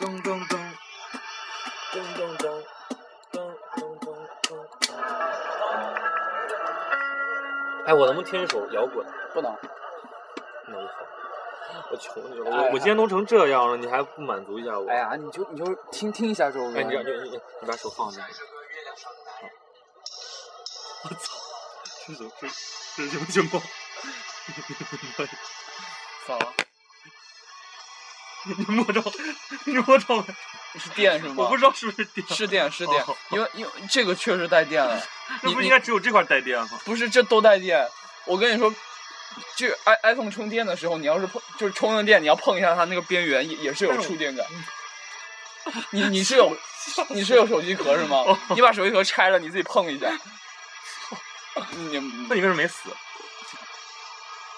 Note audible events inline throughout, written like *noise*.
咚咚咚，咚咚咚，咚咚咚咚。 *laughs* 哎，我能不能听一首摇滚？不能。那我好，我求你了，哎我我今天都成这样了，你还不满足一下我？哎呀，你就你就听听一下这首歌。哎，你让你你你你把手放那里。 *laughs* 这首这这什么情况？咋了？你摸着，你摸着没？是电是吗？我不知道是不是电， *laughs* 是电是电哦，因为因为这个确实带电了。那你不你应该只有这块带电吗？不是这都带电。我跟你说，这 i iPhone 充电的时候，你要是碰就是充上电，你要碰一下它那个边缘，也也是有触电感。你你是有你是有手机壳是吗？你把手机壳拆了，你自己碰一下。你那你为什么没死？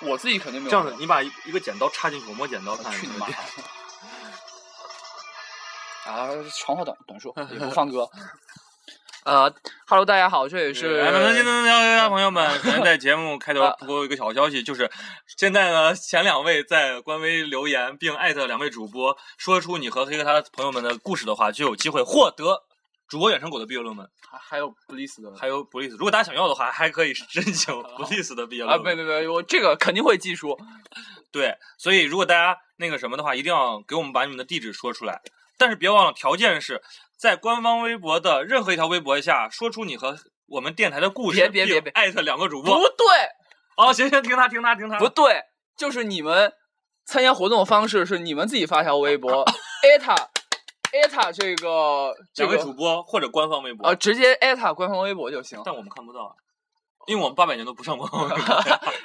我自己肯定没有这样子，你把一一个剪刀插进去，我摸剪刀看。去你妈！ *laughs* 啊，长话短短说，也不放歌。 *laughs* 呃哈喽，大家好，这里是啊哎，那那那那那那朋友们，可能在节目开头不过一个小消息，就是现在呢，前两位在官微留言并艾特两位主播，说出你和黑哥他朋友们的故事的话，就有机会获得主播远程狗的毕业论文，还还有 Bliss 的还有布利斯。如果大家想要的话，还可以申请布利斯的毕业 *laughs* 啊，论没文。没没，我这个肯定会记住。对，所以如果大家那个什么的话，一定要给我们把你们的地址说出来，但是别忘了条件是在官方微博的任何一条微博下说出你和。我们电台的故事，别别别别艾特两个主播，不对，哦，行行，听他听他听他。不对，就是你们参加活动的方式是你们自己发条微博艾塔艾塔这个这两个位主播或者官方微博，啊，直接艾塔官方微博就行。但我们看不到啊，因为我们八百年都不上 *laughs* 官方微博。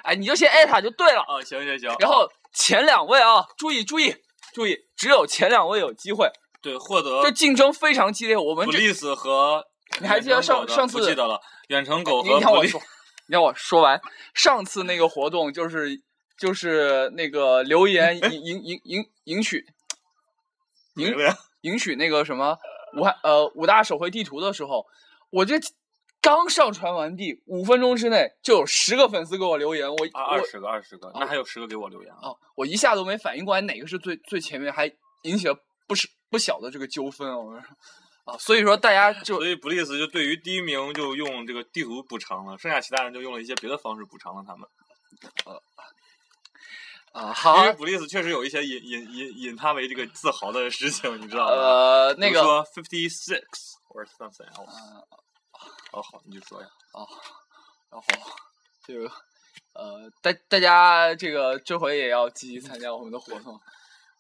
哎，你就先艾塔就对了。啊，行行行，然后前两位啊，注意注意注意，只有前两位有机会，对获得这竞争非常激烈。我们这 police 和你还记得上远程狗的上次不记得了，远程狗你和你让我 police 说，你让我说完。上次那个活动就是就是那个留言哎赢赢赢赢赢取赢了呀，赢取那个什么武汉呃五大手绘地图的时候，我这刚上传完毕，五分钟之内就有十个粉丝给我留言，我、啊，我二十个二十个，那还有十个给我留言啊。哦，我一下都没反应过来哪个是最最前面，还引起了不是不小的这个纠纷啊我说啊，所以说大家就所以 police 就对于第一名就用这个地图补偿了，剩下其他人就用了一些别的方式补偿了他们。啊好因为 police 确实有一些引引引引他为这个自豪的事情，你知道吗？呃那比如个说 fifty six or something else。哦，好，你就说呀。然后就是呃大大家这个这回也要积极参加我们的活动，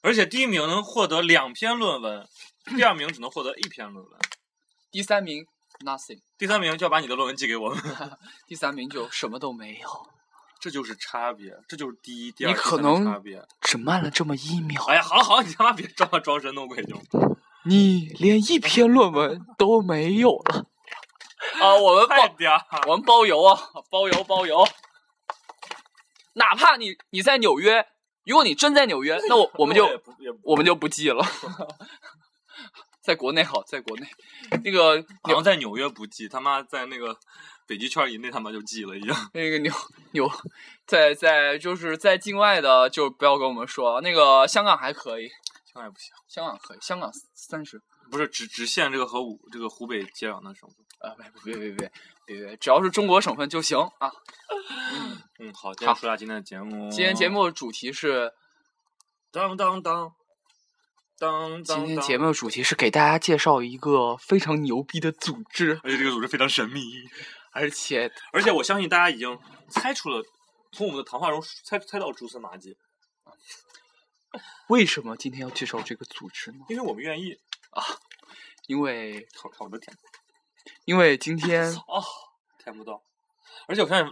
而且第一名能获得两篇论文，第二名只能获得一篇论文，第三名 nothing，第三名就要把你的论文寄给我们。第三名就什么都没有。这就是差别，这就是第一、第二、你可第三的能差别。只慢了这么一秒哎呀，好了好了，你他妈别装了，装神弄鬼就。你连一篇论文都没有了。啊，我们快包点儿！我们包邮啊，包邮包邮。哪怕你你在纽约，如果你真在纽约，那我我们就也 *laughs* 不也不我们就不寄了。 *laughs* 在国内好，在国内，那个好像在纽约不寄，他妈在那个北极圈以内他妈就寄了一样。那个纽纽，在在就是在境外的就不要跟我们说。那个香港还可以，现在不行，香港可以，香港三十。不是只只限这个和武这个湖北接壤的省份。啊，别别别别别别，只要是中国省份就行啊。嗯，好，接着好说一下今天的节目。今天节目的主题是，当当当当当今当。天节目的主题是给大家介绍一个非常牛逼的组织，而且这个组织非常神秘。而且而且我相信大家已经猜出了，从我们的谈话中猜猜到蛛丝马迹，为什么今天要介绍这个组织呢？因为我们愿意。因为我靠，我都舔因为今天哦，舔不到。而且我发现，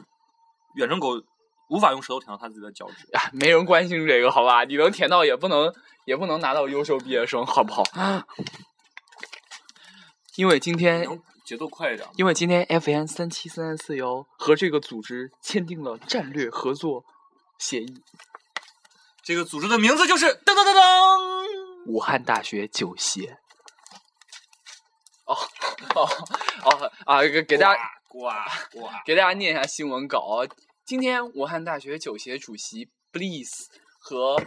远程狗无法用舌头舔到它自己的脚趾。啊，没人关心这个，好吧？你能填到也不能也不能拿到优秀毕业生，好不好？因为今你天能节奏快一点吗？因为今天 FN 三七三四幺和这个组织签订了战略合作协议。这个组织的名字就是噔噔噔噔。武汉大学九协。哦哦哦啊！给给大家呱呱呱！给大家念一下新闻稿啊。今天武汉大学九协主席 Bliss 和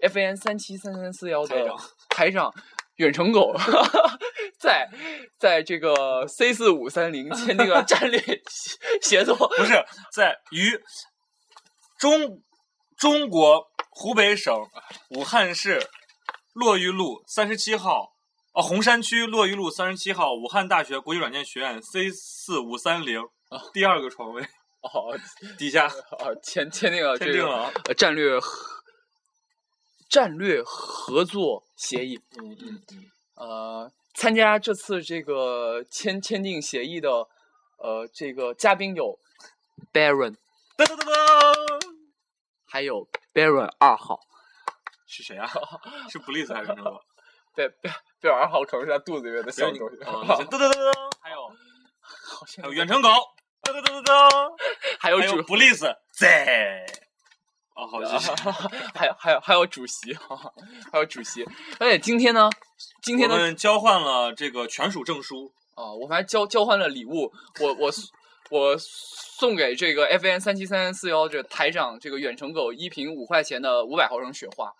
FN 三七三三四幺台的长台长远程狗 *laughs* 在在这个 C 四五三零签订了战略协协作，不是在于中中国湖北省武汉市洛榆路三十七号。哦，红山区洛榆路三十七号武汉大学国际软件学院 C 四五三零啊第二个床位哦底下哦，签签订了签这订个了啊。呃战略合战略合作协议。嗯嗯嗯，呃，参加这次这个签签订协议的呃这个嘉宾有 Baron，噔噔噔噔，还有 Baron 二号。是谁啊？是 Bliss 还是什么？对，贝贝尔二号可能是他肚子里面的没小有你东西。啊， *laughs* 噔噔噔噔，还有好像还有远程狗，噔噔噔噔噔，还有还主有 *laughs* Bliss 在。哦，好，谢谢。还有还有还有主席，还有主席。而且今天呢，今天我呢，们交换了这个权属证书，啊，我们还交交换了礼物，我我 s- 我送给这个 FN 三七三三四幺这台长这个远程狗一瓶五块钱的五百毫升雪花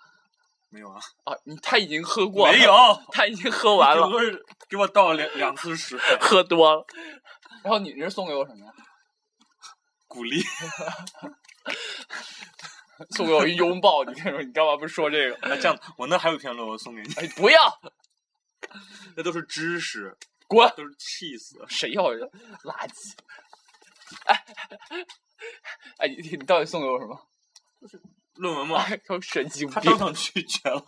没有啊？啊，你他已经喝过了，没，有，他已经喝完顶了，多是给我倒两两次水，喝多了。 *laughs* 然后你是送给我什么呀？鼓励。 *laughs* 送给我一拥抱，你跟我说你干嘛不说这个？那这样，我那还有一篇论文送给你，哎，不要那都是知识，滚！都是 cheese。谁要人垃圾？哎，哎，你你到底送给我什么？论文嘛，哎，有神经他病！当场拒绝 *laughs* 了。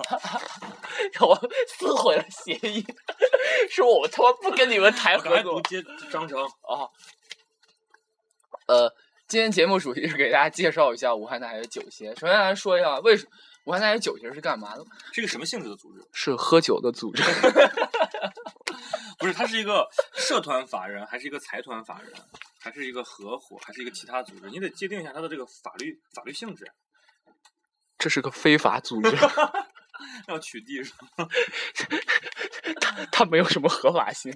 我撕毁了协议， *laughs* 说我他妈不跟你们谈我赶合快作读接章 *laughs* 程，啊。呃，今天节目属于是给大家介绍一下武汉大学酒协。首先来说一下，为什武汉大学酒协是干嘛的？是一个什么性质的组织？是喝酒的组织。不是，它是一个社团法人，还是一个财团法人，还是一个合伙，还是一个其他组织？你得界定一下它的这个法律法律性质，这是个非法组织， *laughs* 要取缔 *laughs* 是吧？它没有什么合法性，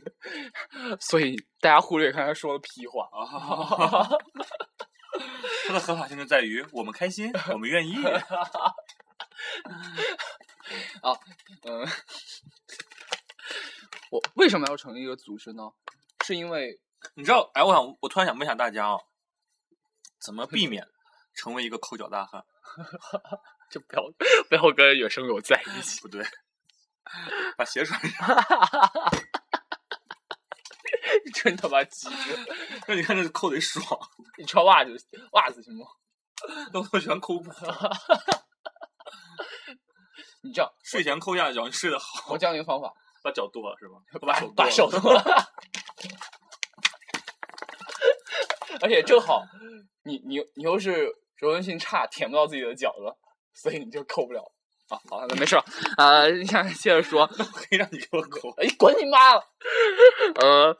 *laughs* 所以大家忽略刚才说的屁话。啊，它的合法性就在于我们开心，我们 *laughs* 愿意。嗯，我为什么要成立一个组织呢？是因为你知道？哎，我想，我突然想问一下大家啊、怎么避免成为一个抠脚大汉？ *laughs* 就不要不要跟野生狗在一起。不对， *laughs* 把鞋穿上。 *laughs* *laughs* 真他妈机智！让你看这抠得爽，你穿袜子袜子行吗？都都喜欢抠裤。你这样，睡前抠下脚，你睡得好，我教你个方法，把脚剁了是吧？ *laughs* 把手把剁手了剁了， *laughs* 而且正好你你你又是柔韧性差，舔不到自己的脚了，所以你就扣不了。啊，好了，那没事儿。啊，你看，接着 *laughs* 说，可以让你给我抠。哎，滚你妈了！呃，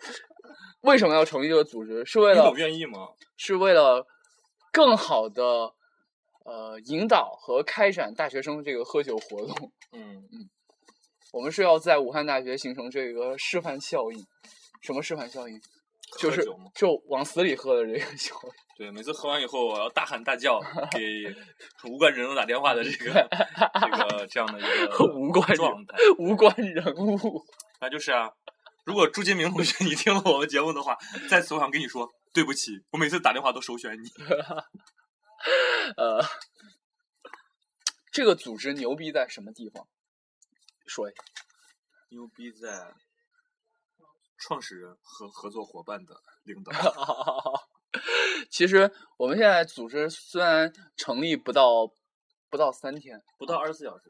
为什么要成立这个组织？是为你了我愿意吗？是为了更好的呃引导和开展大学生这个喝酒活动。嗯，我们是要在武汉大学形成这个示范效应。什么示范效应？就喝是酒吗就往死里喝的这个效应。对，每次喝完以后，我要大喊大叫 *laughs* 给无关人物打电话的这个这个这样的一个 *laughs* 无关人状态。 *laughs* 无关人物，那就是啊，如果朱金明同学你听了我们节目的话，在此我想跟你说对不起，我每次打电话都首选你。呃，这个组织牛逼在什么地方？说一下， *laughs* 牛逼在创始人和合作伙伴的领导。其实我们现在组织虽然成立不到不到三天，不到二十四小时，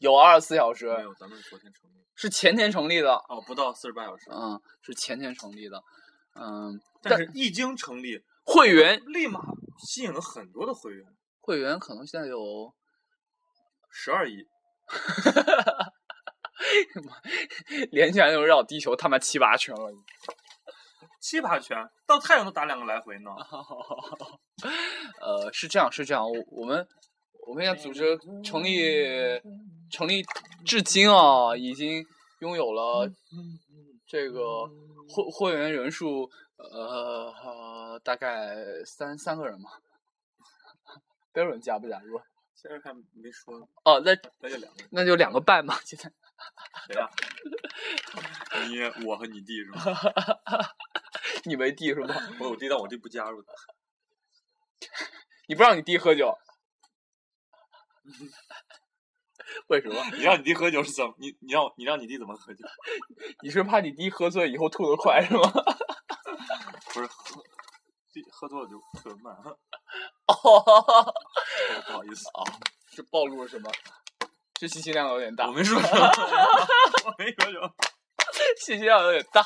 有二十四小时，没有，咱们昨天成立是前天成立的，哦，不到四十八小时，嗯，是前天成立的，嗯，但是一经成立，会员立马吸引了很多的会员，会员可能现在有， *laughs* 十二亿。连起来就绕地球他妈七八圈了。七八拳到太阳都打两个来回呢。 *laughs* 呃，是这样，是这样，我我们我们现在组织成立成立至今啊，已经拥有了这个会会员人数呃大概三三个人吧。标准加不加入？现在还没说，哦，那那就两个。那就两个半吧，现在谁呀、你我和你弟是吗？你为弟是吧？ *laughs* 我有弟，但我弟不加入的。你不让你弟喝酒， *laughs* 为什么？你让你弟喝酒是怎么？你你让你让你弟怎么喝酒？你是怕你弟喝醉以后吐得快是吗？ *laughs* 不是喝，弟喝多了就特别慢。 *laughs* 哦，不好意思，是暴露了什么？这信息量有点大我，没说什么，我没说什么。信息量有点大。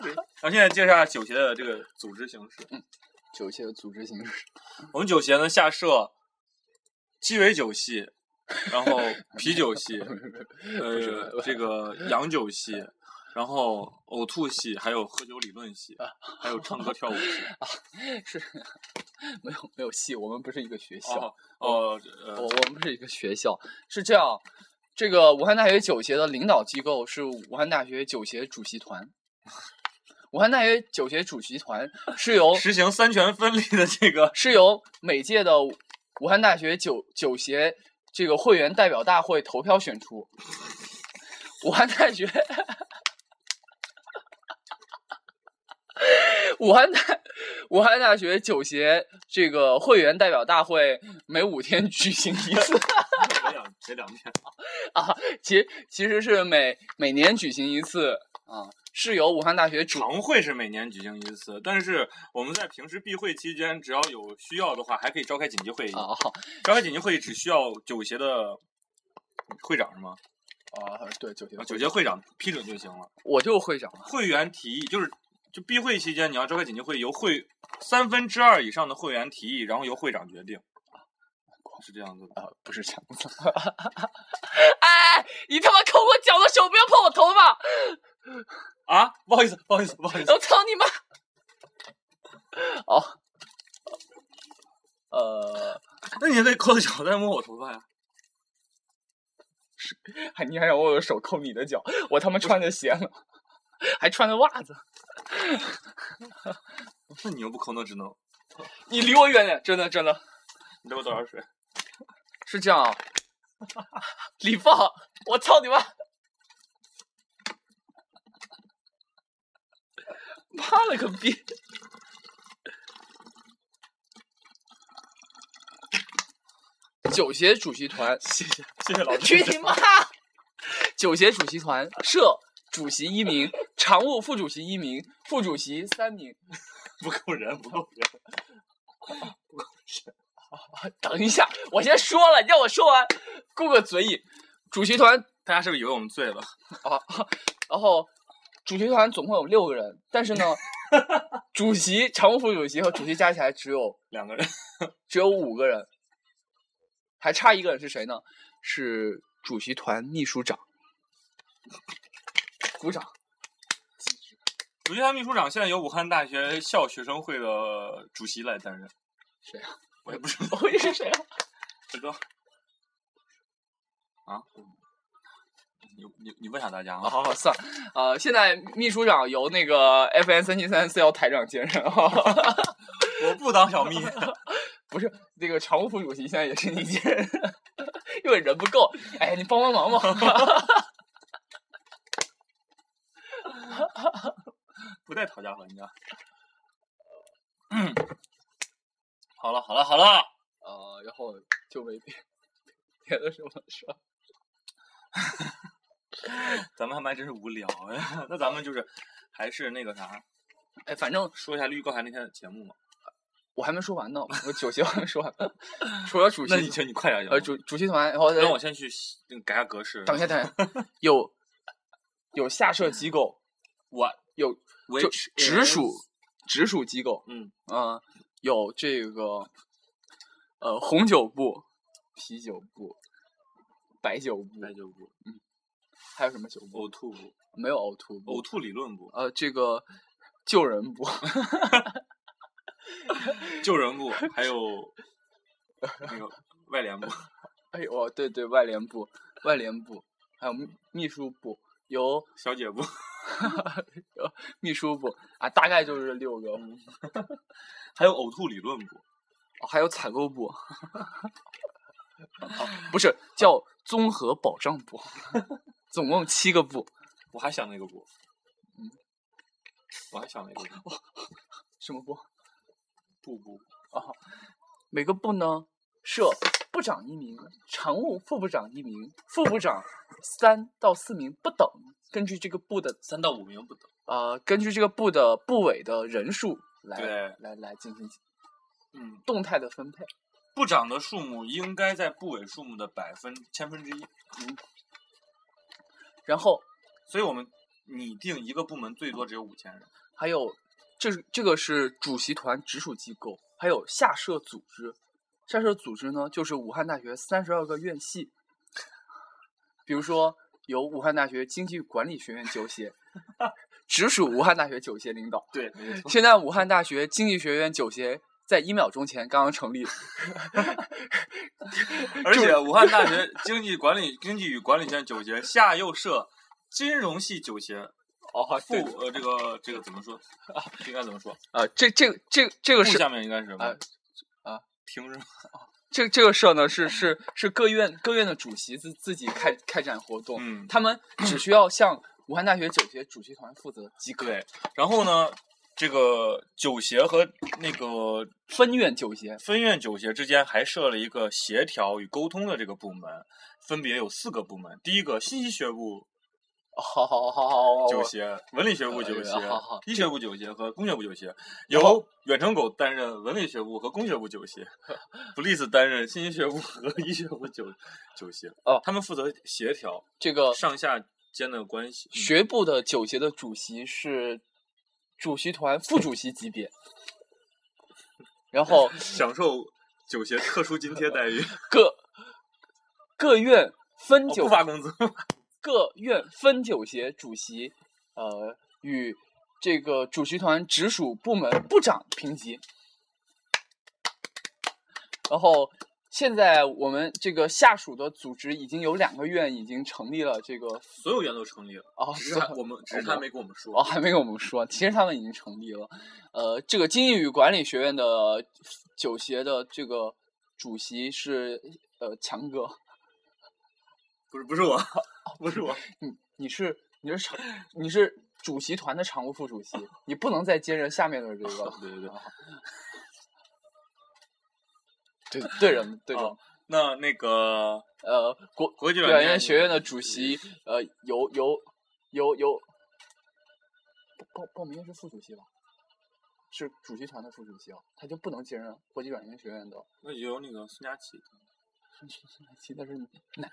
然后现在介绍一下酒协的这个组织形式。酒协的组织形式，我们酒协呢下设鸡尾酒系，然后啤酒系， *laughs* 呃，这个洋酒系，然后呕吐系，还有喝酒理论系，还有唱歌跳舞系。是 *laughs* 没有没有戏，我们不是一个学校。哦哦，我呃，我们不是一个学校，是这样，这个武汉大学酒协的领导机构是武汉大学酒协主席团。 *laughs* 武汉大学酒协主席团是由实行三权分立的这个 *laughs* 是由每届的武汉大学酒酒协这个会员代表大会投票选出。武汉大学，武汉大武汉大学酒协这个会员代表大会每五天举行一次。 *laughs* 别两别两天，其其实是每每年举行一次啊，是由武汉大学主常会是每年举行一次，但是我们在平时闭会期间，只要有需要的话，还可以召开紧急会议。啊召开紧急会议只需要酒协的会长是吗？啊对酒协啊会酒协会长批准就行了。我就是会长嘛会员提议就是，就闭会期间你要召开紧急会议，由会三分之二以上的会员提议，然后由会长决定，是这样子的。啊不是这样子， *laughs* 哎你他妈抠我脚的手不要碰我头发，啊，不好意思，不好意思，不好意思，我操你妈！哦，呃，那你那抠的脚在摸我头发呀？还你还让我有手抠你的脚，我他妈穿着鞋呢，还穿着袜子，那你又不抠，那只能你离我远点，真的真的。你给我倒点水。是这样啊，李放，我操你妈！妈了个逼！酒协主席团，谢谢，谢谢老师。去你妈！酒协主席团设主席一名，常务副主席一名，副主席三名。不够人，不够人。等一下，我先说了，你让我说完，顾个嘴瘾。主席团大家是不是以为我们醉了？啊，然后主席团总共有六个人，但是呢，主席、常务副主席和主席加起来只有两个人，只有五个人，还差一个人是谁呢？是主席团秘书长。鼓掌！主席团秘书长现在由武汉大学校学生会的主席来担任。谁啊？我也不知道，我以为是谁啊？不知道。啊？你你你问下大家啊，啊？ *laughs* 好好算了。呃，现在秘书长由那个 FN 三七三四幺台长接任啊， *laughs* 我不当小 *laughs* 蜜。不是那个常务副主席现在也是你接任， *laughs* 因为人不够。哎，你帮帮忙吧。不带讨价还价。嗯，好了好了好了，呃，然后就没别别的什么事儿。咱们他妈真是无聊呀。 *laughs* 那咱们就是还是那个啥，哎，反正说一下绿高台那天的节目嘛。我还没说完呢，我酒席 *laughs* 还没说完。除了主那你席，请你快点行吗呃，主主席团，然后让我先去洗那个改下格式。等一下，等一下，有有下设机构，我有我就直属直属机构，嗯呃，有这个呃红酒部、啤酒部、白酒部，嗯白酒部、还有什么酒部？呕吐部、没有呕吐部呕，吐理论部、呃，这个救人部。救人部，还有那个外联部。哎呦，哦对对，外联部、外联部，还有秘秘书部，由小姐部，秘书部啊，大概就是六个，还有呕吐理论部，哦还有采购部， *laughs* 啊不是叫综合保障部， *laughs* 总共七个不，我还想了一个不，嗯，我还想了一个哦不什么不？不不，每个部呢设部长一名，常务副部长一名，副部长三到四名不等，根据这个部的三到五名不等。呃，根据这个部的部委的人数来对来来进行嗯，动态的分配。部长的数目应该在部委数目的百分千分之一，然后所以我们拟定一个部门最多只有五千人。还有，这是这个是主席团直属机构，还有下设组织。下设组织呢，就是武汉大学三十二个院系，比如说由武汉大学经济管理学院九协 *laughs* 直属武汉大学九协领导。对，没 *laughs* 错。现在武汉大学经济学院九协在一秒钟前刚刚成立，而且武汉大学经济管理经济与管理学院九协下又设金融系九协，哦副呃这个这个怎么说？啊应该怎么说？啊， *laughs* 这这个这个这部个是下面应该是什么啊？啊，平日这个这个事儿呢，是是是各院各院的主席自自己开开展活动，嗯，他们只需要向武汉大学九协主席团负责即可。对。然后呢，这个九协和那个分院九协，分院九协之间还设了一个协调与沟通的这个部门，分别有四个部门。第一个信息学部好好好好九协、文理学部呃九协好好、医学部九协和工学部九协，然后由远程狗担任文理学部和工学部九协 b l i s s 担任信息学部和医学部九九协。哦他们负责协调这个上下间的关系。学部的九协的主席是主席团副主席级别，然后嗯享受九协特殊津贴 *laughs* 待遇，各各院分哦九、不发工资。 *laughs* 各院分九协主席，呃，与这个主席团直属部门部长评级。然后，现在我们这个下属的组织已经有两个院已经成立了，这个所有院都成立了，哦，只是啊算他我们只是他没跟我们说。哦，还没跟我们说，其实他们已经成立了。呃，这个经济与管理学院的九协的这个主席是呃强哥，不是不是 *laughs* 我，不是我。你你是你是常你是主席团的常务副主席，你不能再接任下面的 *laughs* 这个啊对对对。对对人对人、哦那那个呃国国际软软件件学院的主席呃由由由由报报名是副主席吧？是主席团的副主席啊，他就不能接任国际软件学院的 *laughs* 那有那个孙佳琪其但是那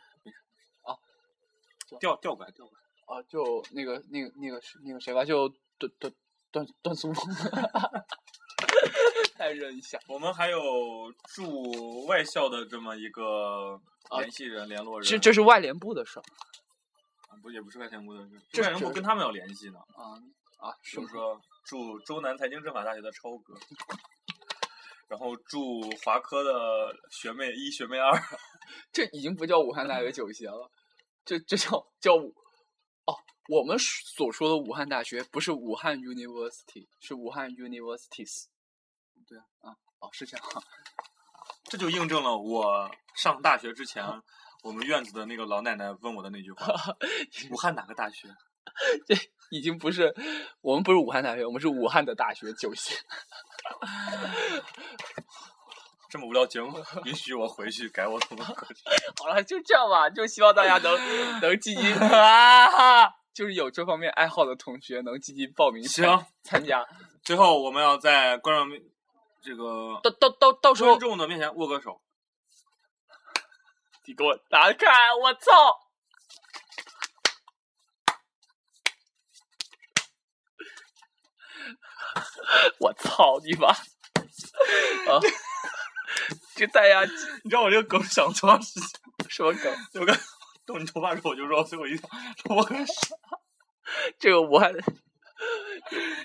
调调过来调过来，啊，就那个那个那个是那个谁吧，就段段段段 *laughs* 苏风，再认一下我们还有驻外校的这么一个啊联系人、联络人。这这是外联部的事儿啊不也不是外联部的，这这外是联部跟他们有联系呢。啊啊，比是如不是？说驻周南财经政法大学的超哥， *laughs* 然后驻华科的学妹一、学妹二，这已经不叫武汉大学九协了，这这叫叫武哦，我们所说的武汉大学不是武汉 University，是武汉 Universities。对啊，啊哦是这样啊，这就印证了我上大学之前，啊我们院子的那个老奶奶问我的那句 *laughs* 话：武汉哪个大学？已经不是我们不是武汉大学，我们是武汉的大学九协。这么无聊节目，允许我回去改我的文科。好了，就这样吧，就希望大家能能积极 *laughs* 啊，就是有这方面爱好的同学能积极报名参行参加。 *laughs* 最后，我们要在观众面这个到到到到时候观众的面前握个手。 *laughs* 你给我打开，我操！ *laughs* 我操你妈！啊，就大家你知道我这个梗想多长时间？什么梗？我刚动你头发的时候，我就说，所以我一定要握个手。这个武汉，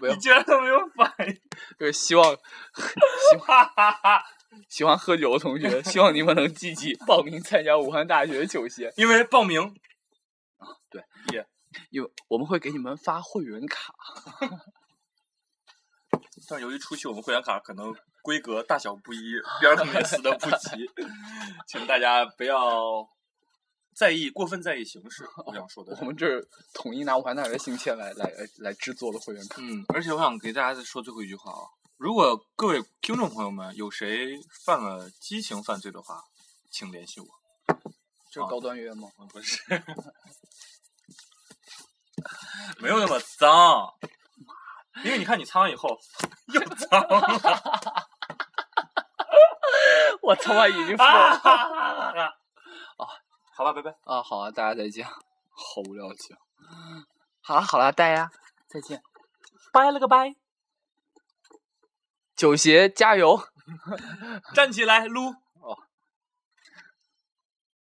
没有你竟然都没有反应， *laughs* 就是希望哈哈哈！喜欢喝酒的同 *laughs* 学，希望你们能积极报名参加武汉大学酒协，因为报名因为我们会给你们发会员卡。但由于出去我们会员卡可能规格大小不一，边儿可能也撕的不齐，请大家不要在意过分在意形式，我想说的我。们这儿统一拿武汉大学新签来来来来制作的会员卡。嗯，而且我想给大家再说最后一句话啊，如果各位听众朋友们有谁犯了激情犯罪的话，请联系我。这是高端约吗？嗯不是， *laughs* 没有那么脏，因为你看你擦完以后又脏了。 *laughs* 我他妈已经疯啊了！啊！好吧，拜拜。啊，好啊，大家再见。好无聊情。 *laughs* 好了好了，大家再见。拜了个拜，九邪加油！站起来撸。